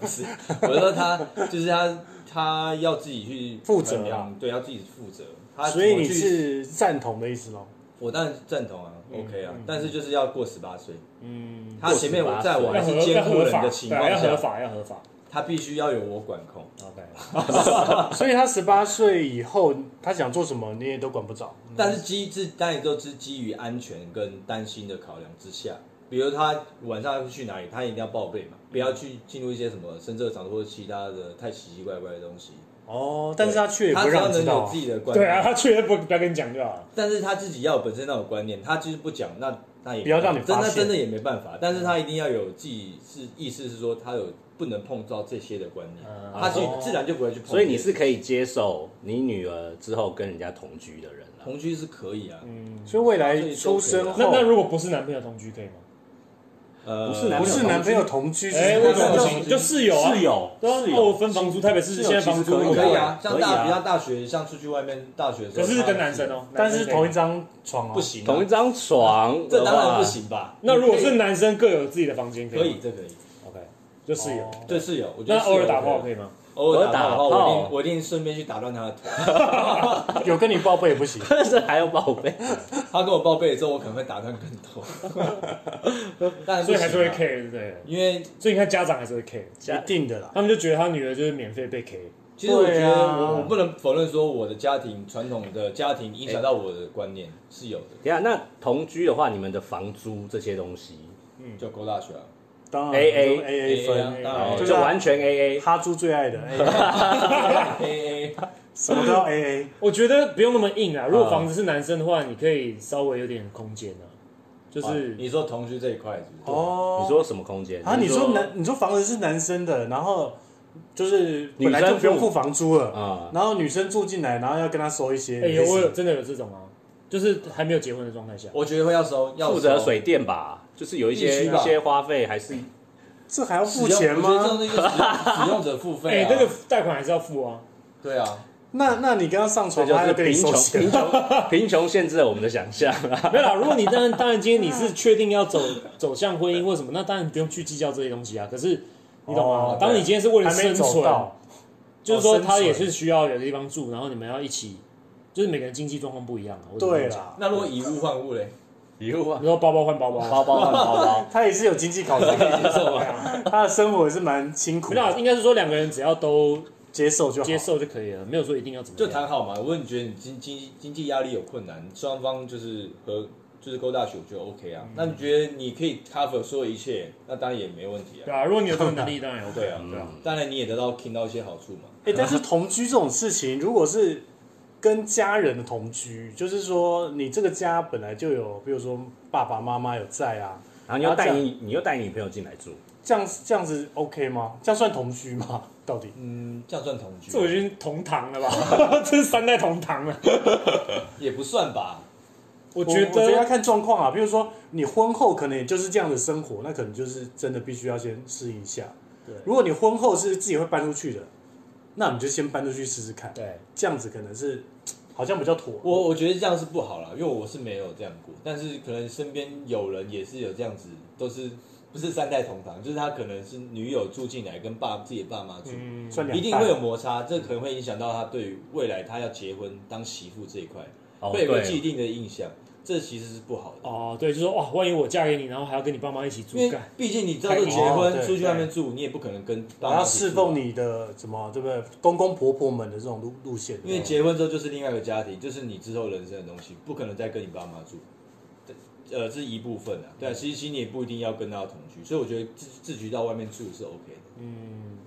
E: 不是，我是说他就是他他要自己去
B: 负责啊
E: 衡量对，要自己负责，他
B: 所以
E: 啊怎么
B: 你
E: 去
B: 是赞同的意思喽？
E: 我当然赞同啊，OK 啊，但是就是要过十八岁，
C: 嗯，
E: 他前面我在我
C: 要
E: 还
C: 合
E: 是监
C: 要
E: 护
C: 合
E: 人
C: 法，
E: 的情
C: 对啊，
E: 况
C: 要合
E: 下，
C: 法，要合法。
E: 他必须要有我管控。
C: OK，
B: 所以他十八岁以后，他想做什么你也都管不着。
C: 嗯
E: 但是基自当然都是基于安全跟担心的考量之下，比如他晚上要去哪里，他一定要报备嘛，不要去进入一些什么深色场所或者其他的太奇奇怪怪的东西。
B: 哦，但是他去也不
E: 他
B: 会
E: 只要
B: 让你知
E: 能
B: 道
E: 有
B: 啊
E: 自。己的观
C: 对啊，
E: 念，
C: 他确实不不要跟你讲就好了。
E: 但是他自己要有本身那种观念，他就是不讲，那那也
B: 不要让你
E: 真
B: 发
E: 的
B: 现
E: 真的也没办法。但
C: 嗯
E: 是他一定要有自己是意思是说他有不能碰到这些的观念，
C: 嗯
E: 他自己
B: 哦
E: 自然就不会去碰这些。
D: 所以你是可以接受你女儿之后跟人家同居的人啦。
E: 同居是可以啊，
C: 嗯
B: 所以未来出生
C: 那
B: 后，
C: 那如果不是男朋友同居可以吗？
E: 呃，
D: 不是男
B: 不是男朋友同居，是
C: 哎，为什么不行？
E: 那
C: 就室友啊，
D: 室友，
C: 对啊，
D: 室
C: 那我
D: 友，
C: 分房租，特别是现在房租
D: 室友其实
E: 可以啊
D: 啊，
E: 像
D: 可以
E: 大
D: 啊
E: 比较大学，像出去外面大学的时
C: 可
E: 候，
C: 是
E: 他
C: 跟男生哦，
B: 但是同一
C: 男生可以
B: 张床哦
E: 不，行啊，
D: 同一张床，
E: 这当
D: 好
E: 然
D: 好
E: 不。行吧？
C: 那如果
E: 你
C: 是男生各有自己的房间，
E: 可以可
C: 以
E: 以，
C: 吗
E: 这可以，
C: ，OK，就室友。
B: 哦
E: 对室友，我觉
C: 那
E: 得室友
C: 偶尔打炮
E: OK
C: 可以吗？
E: 偶尔打炮的话，
D: 偶尔打
E: 我一定
D: 炮
E: 我一定顺便去打断他的腿。
B: 有跟你报备也不行。
D: 但是还有宝贝，
E: 他跟我报备之后，我可能会打断更多， 但
C: 所以还是会 care，对不对？
E: 因为
C: 所以你看家长还是会 care，
D: 家
B: 一定的啦，
C: 他们就觉得他女儿就是免费被 care。
E: 其实我觉
B: 对
E: 得
B: 啊
E: 我我不能否认说我的家庭传统的家庭影响到我的观念是有的，
D: 等一下那同居的话，你们的房租这些东西
E: 就勾大学啊，
B: 当然
D: AA
B: A A 分，
E: AA 啊当然
B: 对啊
D: 哦就完全 A A，
B: 哈猪最爱的 AA，
E: A A
B: 什么都要 A A。
C: 我觉得不用那么硬啊，如果房子是男生的话，你可以稍微有点空间啊，就是
E: 你说同居这一块是不是？
B: 哦，
D: 你说什么空间？
B: 啊，你
D: 就是
B: 说男，你说房子是男生的，然后就是
D: 女
B: 本
D: 生
B: 来就不用
D: 付
B: 付房租了，
D: 啊，
B: 然后女生住进来，然后要跟他收一些，
C: 哎，
B: 也
C: 有
B: 是
C: 我有真的有这种啊，就是还没有结婚的状态下，
E: 我觉得会要收，要收
D: 负责水电吧，就是有一些
E: 必须吧
D: 一些花费还是
B: 这还要
E: 使
B: 付
E: 用
B: 钱
E: 啊我觉得
B: 吗？
E: 这种那个使用使用者付费
C: 哎
E: 啊，，
C: 那个贷款还是要付啊。
E: 对啊，
B: 那那你跟他上
D: 这
B: 床，
D: 就
B: 他还
D: 是
B: 要跟你
D: 贫
B: 收
D: 穷
B: 钱
D: 贫，穷贫穷限制了我们的想象啊。
C: 没有啦，如果你当然当然今天你是确定要 走走向婚姻或什么，那当然不用去计较这些东西啊。可是你懂吗？
B: 哦
C: 当你今天是为 了
B: 还没
C: 生
B: 走
C: 存，
B: 到，
C: 就是说
B: 哦生存
C: 他也是需要有个地方住，然后你们要一起，就是每个人经济状况不一样啊。我只能
B: 对
C: 讲，
B: 啦，
E: 那如果以物换物嘞，
D: 以后啊
C: 你，说包包换包包，
D: 包包换包 包，
B: 他也是有经济考量，啊他的生活也是蛮辛苦
C: 没有，
B: 的，
C: 应该是说两个人只要都
B: 接受就好。
C: 接受就可以了，没有说一定要怎么
E: 就
C: 样。
E: 谈好嘛。如果你觉得你经经经济压力有困难，双方就是和就是勾大手就 OK 啊。那你觉得你可以 cover 所有一切，那当然也没问题
C: 对
E: 啊。
C: 啊，如果你有这个 能力，当然 OK
E: 对啊
C: 对啊。
E: 当然你也得到听到一些好处嘛。
B: 哎、但是同居这种事情，如果是跟家人的同居，就是说你这个家本来就有，比如说爸爸妈妈有在啊，
D: 然后你又带
B: 然后
D: 你你又带你女朋友进来住，
B: 这样这样子 OK 吗？这样算同居吗？到底
E: 嗯，这样算同居
C: 这我已经同堂了 吧？这是三代同堂了。
E: 也不算吧。
C: 我
B: 我
C: 觉
B: 我觉得要
C: 得
B: 看状况啊。比如说你婚后可能也就是这样的生活，那可能就是真的必须要先适应一下。
C: 对
B: 如果你婚后是自己会搬出去的，那你就先搬出去试试看，
C: 对，
B: 这样子可能是好像比较妥。
E: 我我觉得这样是不好啦，因为我是没有这样过，但是可能身边有人也是有这样子，都是不是三代同堂，就是他可能是女友住进来跟爸自己的爸妈住，
C: 嗯，
B: 算两
E: 一定
B: 代
E: 会有摩擦，这可能会影响到他对于未来他要结婚当媳妇这一块，
D: 哦
E: 会有个既
D: 对，
E: 定的印象，这其实是不好的，
C: 哦，对，就说哇，万一我嫁给你，然后还要跟你爸妈一起住
E: 因，为
C: 干
E: 毕竟你知道说结
B: 哦
E: 婚
B: 对
E: 出去外面住，你也不可能跟爸
B: 然
E: 妈
B: 后
E: 一起住啊
B: 侍奉，你的什么，对不对？公公婆婆们的这种路路线，
E: 因为结婚之后就是另外一个家庭，就是你之后人生的东西，不可能再跟你爸妈住。呃，这是一部分啊，对啊，其实其实你也不一定要跟他同居，所以我觉得自自己到外面住是 OK 的。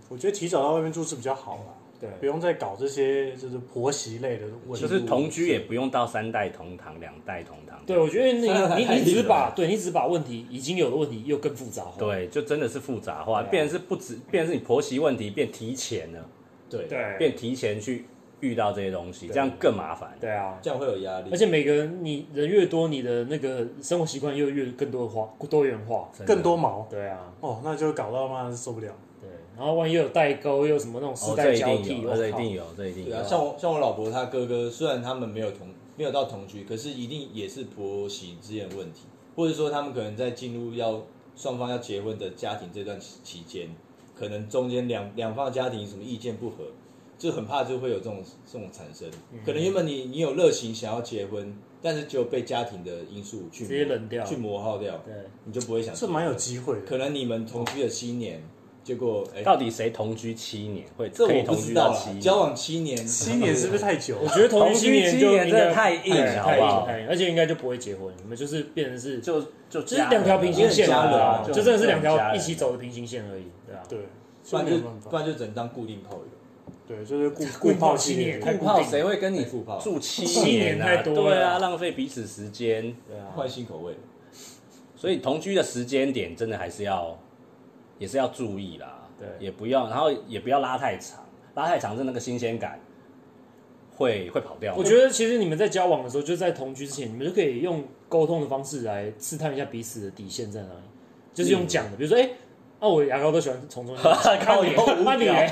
B: 我觉得提早到外面住是比较好啦，
C: 对，
B: 不用再搞这些就是婆媳类的问
D: 就
B: 题。
D: 是同居也不用到三代同堂、两代同堂，
C: 对，我觉得 你你你只
E: 太硬了
C: 把对你只把问题已经有的问题又更复杂化。
D: 对，就真的是复杂
C: 哦
D: 化，
C: 对啊
D: 变成是不止，变成是你婆媳问题变提前了，
E: 对，
C: 对
D: 变提前去遇到这些东西，
C: 对
D: 这样更麻烦。
C: 对啊，
E: 这样会有压力。
C: 而且每个人你人越多，你的那个生活习惯又越更多化多元化。
D: 真的
B: 更多毛
C: 对啊，
B: 哦，那就搞到妈的受不了。
C: 对，然后万一又有代沟，又有什么那种世
D: 哦，
C: 代
D: 这一
C: 交
D: 定
C: 替，
D: 有，
C: 我
D: 这一
C: 靠
D: 定有，这一定
E: 对啊，
D: 有。
E: 像我像我老婆她哥哥，虽然他们没有同没有到同居，可是一定也是婆媳之间的问题，或者说他们可能在进入要双方要结婚的家庭这段期期间，可能中间两两方的家庭有什么意见不合，就很怕就会有这种这种产生。可能原本你你有热情想要结婚，但是就被家庭的因素去
C: 直接冷掉
E: 去磨耗掉，
C: 对，
E: 你就不会想结
B: 这
E: 婚
B: 蛮有机会的，
E: 可能你们同居了七年，结果哎，
D: 到底谁同居七年会
E: 这
D: 可以
E: 我不
D: 同
E: 知
D: 居
E: 道
D: 到
E: 啦
D: 七，年？
E: 交往七年
B: 七年是不是太久？
C: 我觉得同
D: 同
C: 居
D: 居
C: 七年
D: 七
C: 就
D: 年
C: 应
D: 真的
C: 该
D: 太硬
C: 对
D: 了
C: 太
D: 好不好
C: 硬太硬，而且应该就不会结婚，你们就是变成是
D: 就就
C: 就是两条平行线
E: 家人
C: 啊
E: 啊，
C: 就真的是两
D: 家
C: 条
D: 人
C: 一起走的平行线而已，对啊。
B: 对，
E: 不
B: 所以
E: 然
B: 没
E: 就
B: 有办
E: 不
B: 法。
E: 然就只能当固定炮友。
B: 对，就是顾顾泡系列
C: 顾
B: 的，
D: 固炮谁会跟你
E: 复炮
D: 住七
C: 七年
D: 啊
C: 太多了
D: 对啊，浪费彼此时间。
C: 对啊，
E: 换新口味。
D: 所以同居的时间点真的还是要，也是要注意啦。
C: 对
D: 也不要，然后也不要拉太长，拉太长真的那个新鲜感会会跑掉。
C: 我觉得其实你们在交往的时候，就在同居之前，你们就可以用沟通的方式来试探一下彼此的底线在哪里，就是用讲的，比如说，哎、那、我牙膏都喜欢从中间 看你，那你嘞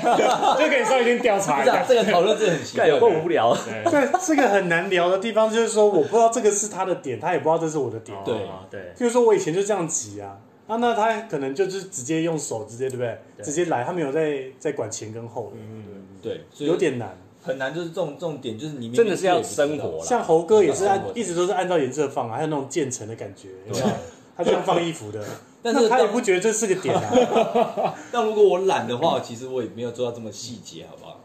C: 就可以稍微先调查
E: 不
C: 一
E: 是啊
C: 下，
E: 这个讨论真的很奇
D: 哎盖
E: 怪。
D: 有够无聊，
B: 对，这个很难聊的地方就是说，我不知道这个是他的点，他也不知道这是我的点。
E: 对
C: 哦 对
B: 譬如说我以前就这样挤啊，啊，那他可能就是直接用手直接对不对？
C: 对
B: 直接来，他没有在在管前跟后的，
E: 对，所以
B: 有点难。
E: 很难，就是这种这种点，就是你明明
D: 真的是要
E: 自己也不
D: 生
E: 知道
D: 活啦。
B: 像猴哥也是按
E: 对
B: 一直都是按照颜色放啊，还有那种渐层的感觉，有没有他这样放衣服的，
E: 但是
B: 那他也
E: 当
B: 不觉得这是个点啊。
E: 但如果我懒的话，其实我也没有做到这么细节，好不好？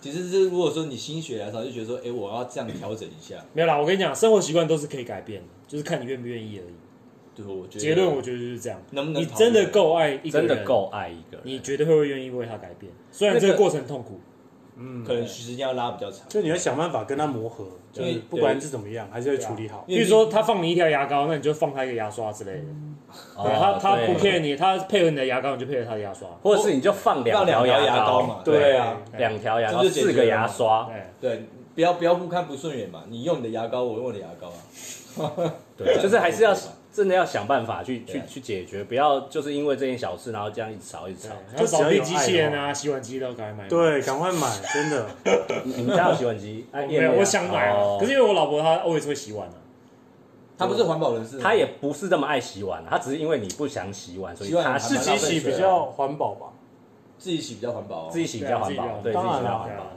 E: 其实是如果说你心血来潮，就觉得说，哎，我要这样调整一下。
C: 没有啦，我跟你讲，生活习惯都是可以改变的，就是看你愿不愿意而已。
E: 对，我觉得
C: 结论我觉得就是这样，
E: 能不能
C: 你真的
E: 讨论
C: 够爱一个
D: 真
C: 人，
D: 的，够爱一个人，
C: 你绝对会愿意为他改变，虽然
E: 那个
C: 这个过程痛苦。
E: 可能时间要拉比较长，
D: 嗯
B: 就你要想办法跟他磨合，就
E: 因为
B: 是不管是怎么样，还是要处理好。
E: 因
C: 比
E: 为
C: 如说他放你一条牙膏，那你就放他一个牙刷之类的。
D: 哦
C: 对他他不
D: 对
C: care 你，他配合你的牙膏，你就配合他的牙刷。
D: 或者是你就放
E: 放
D: 两
E: 两
D: 条
E: 条牙膏
D: 膏
E: 嘛对
D: 对
E: 啊
D: 两条牙膏，
E: 这就解决
D: 四
E: 了
D: 个牙刷，
C: 对，
E: 对，不要不要互看不顺眼嘛。你用你的牙膏，我用我的牙膏啊。
D: 对，就是还是要
E: 对啊
D: 真的要想办法去
E: 对
D: 去
E: 啊
D: 去解决，不要就是因为这件小事，然后这样哦一直吵一直吵。
C: 然后扫地机器人啊、洗碗机都赶快买。，
B: 对，赶快买，真的。
D: 你你们家有洗哦碗机？哎
C: 没有，我想买啊，可是
D: 是
C: 因为我老婆她 always 会洗碗啊。
E: 他不是环保人士吗，
D: 他也不是这么爱洗碗，他只是因为你不想洗碗，所以
E: 洗碗
D: 他
E: 很麻烦
D: 是
B: 是机
E: 浪费
B: 洗
E: 水
B: 比
E: 啊
B: 较环保吧？
E: 自己洗比较环保、哦。
D: 自己洗比
C: 啊
D: 较环保，对，自
B: 当
D: 己洗
B: 然
D: 比较环
B: 啦，
D: 保。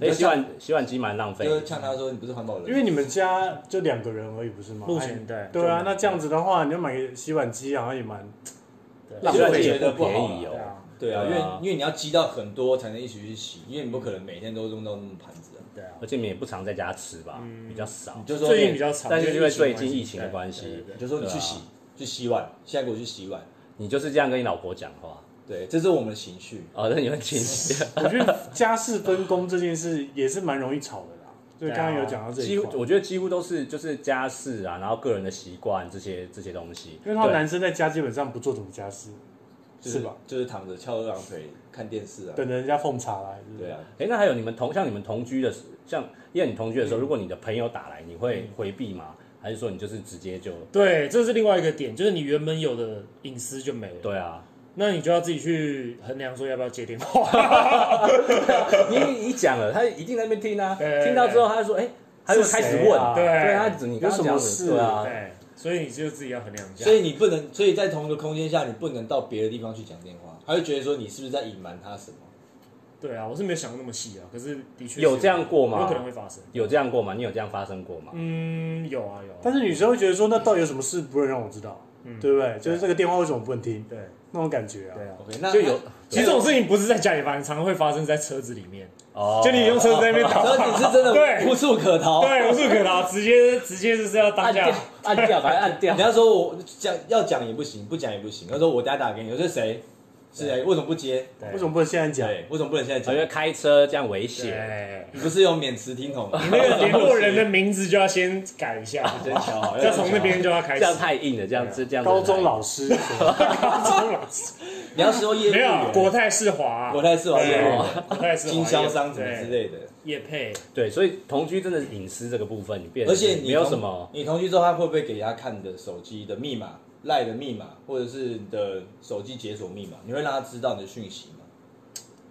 D: 哎，洗碗洗碗机蛮浪费的，
E: 就呛他说你不是环保人，
B: 因为你们家就两个人而已，不是吗？
C: 目前对
B: 对啊，
C: 就
B: 那这样子的话，你就买个洗碗机，好像也蛮
E: 浪
D: 洗
E: 费
D: 碗机
E: 觉
D: 也
E: 得
D: 不
E: 不好
D: 便宜
E: 啊
D: 哦
C: 对。啊，
E: 对啊，因
D: 对啊
E: 为因为你要积到很多才能一起去洗，因为你不可能每天都用到那么盘子啊。
C: 对啊，
D: 而且你们也不常在家吃吧，比较少
E: 你。就说
C: 最近比较啊长，
D: 但是因为最近
C: 疫
D: 疫情的关系，
E: 你就说你去洗、
D: 对
E: 去洗碗，现在给我去洗碗。
D: 你就是这样跟你老婆讲话，
E: 对，这是我们的情绪。
D: 哦，那你会清晰。
B: 我觉得家事分工这件事也是蛮容易吵的啦。就
C: 对啊
B: 刚刚有讲到这一
D: 几乎
B: 块，
D: 我觉得几乎都是就是家事啊，然后个人的习惯这些这些东西。
B: 因为他们男生在家基本上不做什么家事，
E: 就是
B: 是吧？？
E: 就是躺着翘二郎腿看电视啊。
B: 等着人家奉茶来。是不是
E: 对啊，
D: 哎，那还有你们同像你们同居的时，像因为你同居的时候，如果你的朋友打来，你会回避吗？还是说你就是直接就
C: 对，这是另外一个点，就是你原本有的隐私就没了，
D: 对啊？
C: 那你就要自己去衡量说要不要接电话。
D: 你你讲了，他一定在那边听啊，
C: 对
D: 听到之后他就说，哎，他就开始
B: 是谁
D: 问
B: 啊，
C: 对
D: 对啊，你
B: 有
D: 刚刚
B: 什
D: 讲
B: 么
D: 的
B: 事
D: 对啊，
C: 对，所以你就自己要衡量一下。
E: 所以你不能，所以在同一个空间下，你不能到别的地方去讲电话，他会觉得说你是不是在隐瞒他什么？
C: 对啊，我是没有想过那么细啊，可是的确是
D: 有这样过吗
C: 有可能会发生。
D: 有这样过吗？你有这样发生过吗？
C: 嗯，有啊有啊。
B: 但是女生会觉得说，那到底有什么事不能让我知道，对不对？就是这个电话为什么不能听？
C: 对
B: 那种感觉啊。
C: 嗯对啊，
E: OK，那
D: 就有
C: 其实这种事情不是在家里发生，常常会发生在车子里面，
D: 哦
C: 就你用车子在那边打
E: 那你是真的
C: 对
E: 无处可 逃。
C: 对，无处可逃，直接直接就是要当
D: 按
C: 下
D: 掉。按掉，把它 按掉
E: 啊人。家说我讲要讲也不行，不讲也不行。他说我等下打给你，我说谁是谁，为什么不接？
C: 对
B: 为什么不能现在讲？
E: 对，为什么不能现在
D: 我觉得
E: 讲？
D: 开车这样危险，
C: 对，
E: 你不是有免磁听 筒吗？
C: 那 个联络人的名字就要先改一下，
E: 真巧啊，
C: 要从那边就要开
D: 这
C: 始。
D: 样太硬了，这样这这
B: 啊
D: 样
B: 高中老 师，
E: 你要说业 务
C: 没有啊
E: 员
C: 国泰世华，
E: 国泰世华业务员、
C: 对国泰世华
E: 经销商什么之
C: 的，
E: 类的。
C: 业配
D: 对，所以同居真的是隐私这个部分，你变得
E: 而且你
D: 没有
E: 同
D: 什么
E: 你同居之后，他会不会给他看你的手机的密码、赖的密码，或者是你的手机解锁密码？你会让他知道你的讯息吗？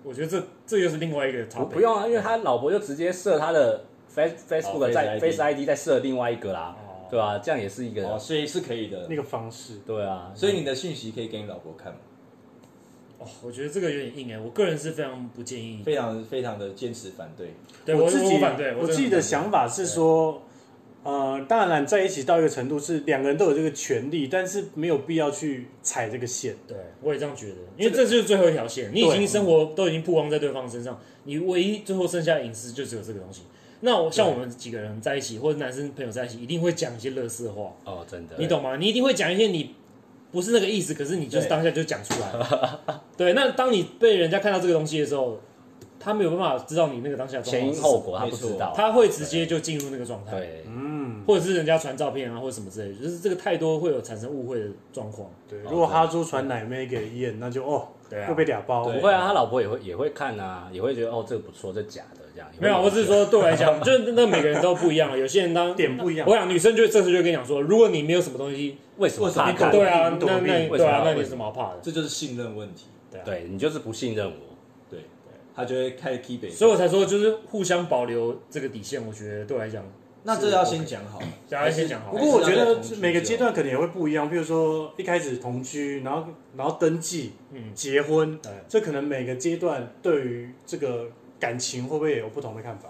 C: 我觉得这这又是另外一个 topic。
D: 不不用啊，因为他老婆就直接设他
C: 哦
D: 的 Face Facebook
E: Face
D: 在
E: ID
D: Face ID 再设另外一个啦，对啊吧？这样也是一
E: 哦，
D: 个
E: 所以是可以的
B: 那。个方式，
D: 对啊，
E: 所以你的讯息可以给你老婆看吗？
C: 哦，我觉得这个有点硬哎，我个人是非常不建议。
E: 非常非常的坚持反对。
C: 对我
B: 自己
C: 我反对，我
B: 自己的想法是说，呃，当然在一起到一个程度是两个人都有这个权利，但是没有必要去踩这个线。
C: 对，我也这样觉得，因为这就是最后一条线，你已经生活都已经曝光在对方身上，你唯一最后剩下的隐私就只有这个东西。那我像我们几个人在一起，或者男生朋友在一起，一定会讲一些乐色话，
D: 哦，真的，
C: 你懂吗？你一定会讲一些你不是那个意思，可是你就是
E: 对
C: 当下就讲出来了。对，那当你被人家看到这个东西的时候，他没有办法知道你那个当下的状
D: 前
C: 况
D: 因
C: 是什么
D: 后，果他不知道，
C: 他会直接就进入那个状态。
D: 对，
B: 嗯，
C: 或者是人家传照片啊，或者什么之类的，就是这个太多会有产生误会的状况。
B: 哦对。如果哈猪传奶妹给伊恩，那就哦，
C: 对
B: 又被俩包。
E: 对
D: 不会啊，他老婆也会也会看啊，也会觉得哦，这个不错，这假的这样，
C: 没有，啊我只是说对我来 讲，就是那每个人都不一样了。啊有些人当
B: 点不一样
C: 我想女生就这次就跟你讲说，如果你没有什么东西，
D: 为什么
E: 为什么
D: 怕
E: 你
D: 看
E: 懂？
C: 对啊，
B: 躲避
C: 那那
D: 为什么
C: 对啊
D: 要，
C: 那你有什么好怕的？
E: 这就是信任问题。
C: 对啊，
D: 对你就是不信任我，
E: 对，他就会开 key 北。
C: 所以我才说就是互相保留这个底线，我觉得对我来讲，
E: 那这要先讲好，
C: 想要先讲好
B: 不。过我觉
E: 还是要
B: 得
E: 在同居
B: 每个阶段可能也会不一样，譬如说一开始同居，然后然后登记，
C: 嗯
B: 结婚
C: 对，
B: 这可能每个阶段对于这个感情会不会有不同的看法？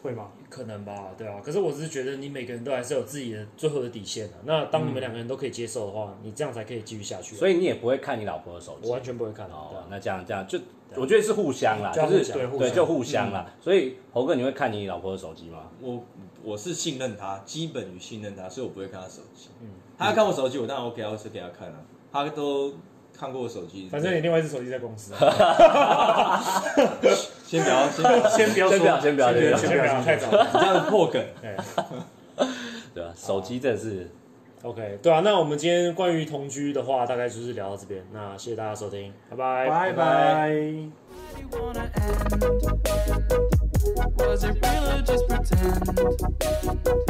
B: 会吗？
C: 可能吧，对啊。可是我只是觉得你每个人都还是有自己的最后的底线的、啊那当你们两个人都可以接受的话，你这样才可以继续下去啊、
D: 所以你也不会看你老婆的手
C: 我
D: 机
C: 完全不会看啊对
D: 哦
C: 啊。。
D: 那这样这样就，我觉得是互相啦，
C: 就要
D: 就是
C: 互相
B: 对互
D: 对
B: 相
D: 就互相啦。所以猴哥，你会看你老婆的手机吗？
E: 我我是信任他，基本于信任他，所以我不会看他手机。
C: 嗯
E: 他看我手机，我当然 OK 啊，我是给他看啊。他都看过我手机，
C: 反正你另外一只手机在公司，啊
E: 先不要，先不要
B: 先不要说，
D: 先不要先不要
B: 先
C: 先不要太
B: 先
C: 早。
E: 这样破梗。
C: 对
D: 对
C: 哦
D: 吧？手机真的是，
C: OK，对啊，那我们今天关于同居的话，大概就是聊到这边。那谢谢大家收听，拜拜，
B: 拜
E: 拜
B: 拜。
A: Why do you wanna end? Was it real or just pretend?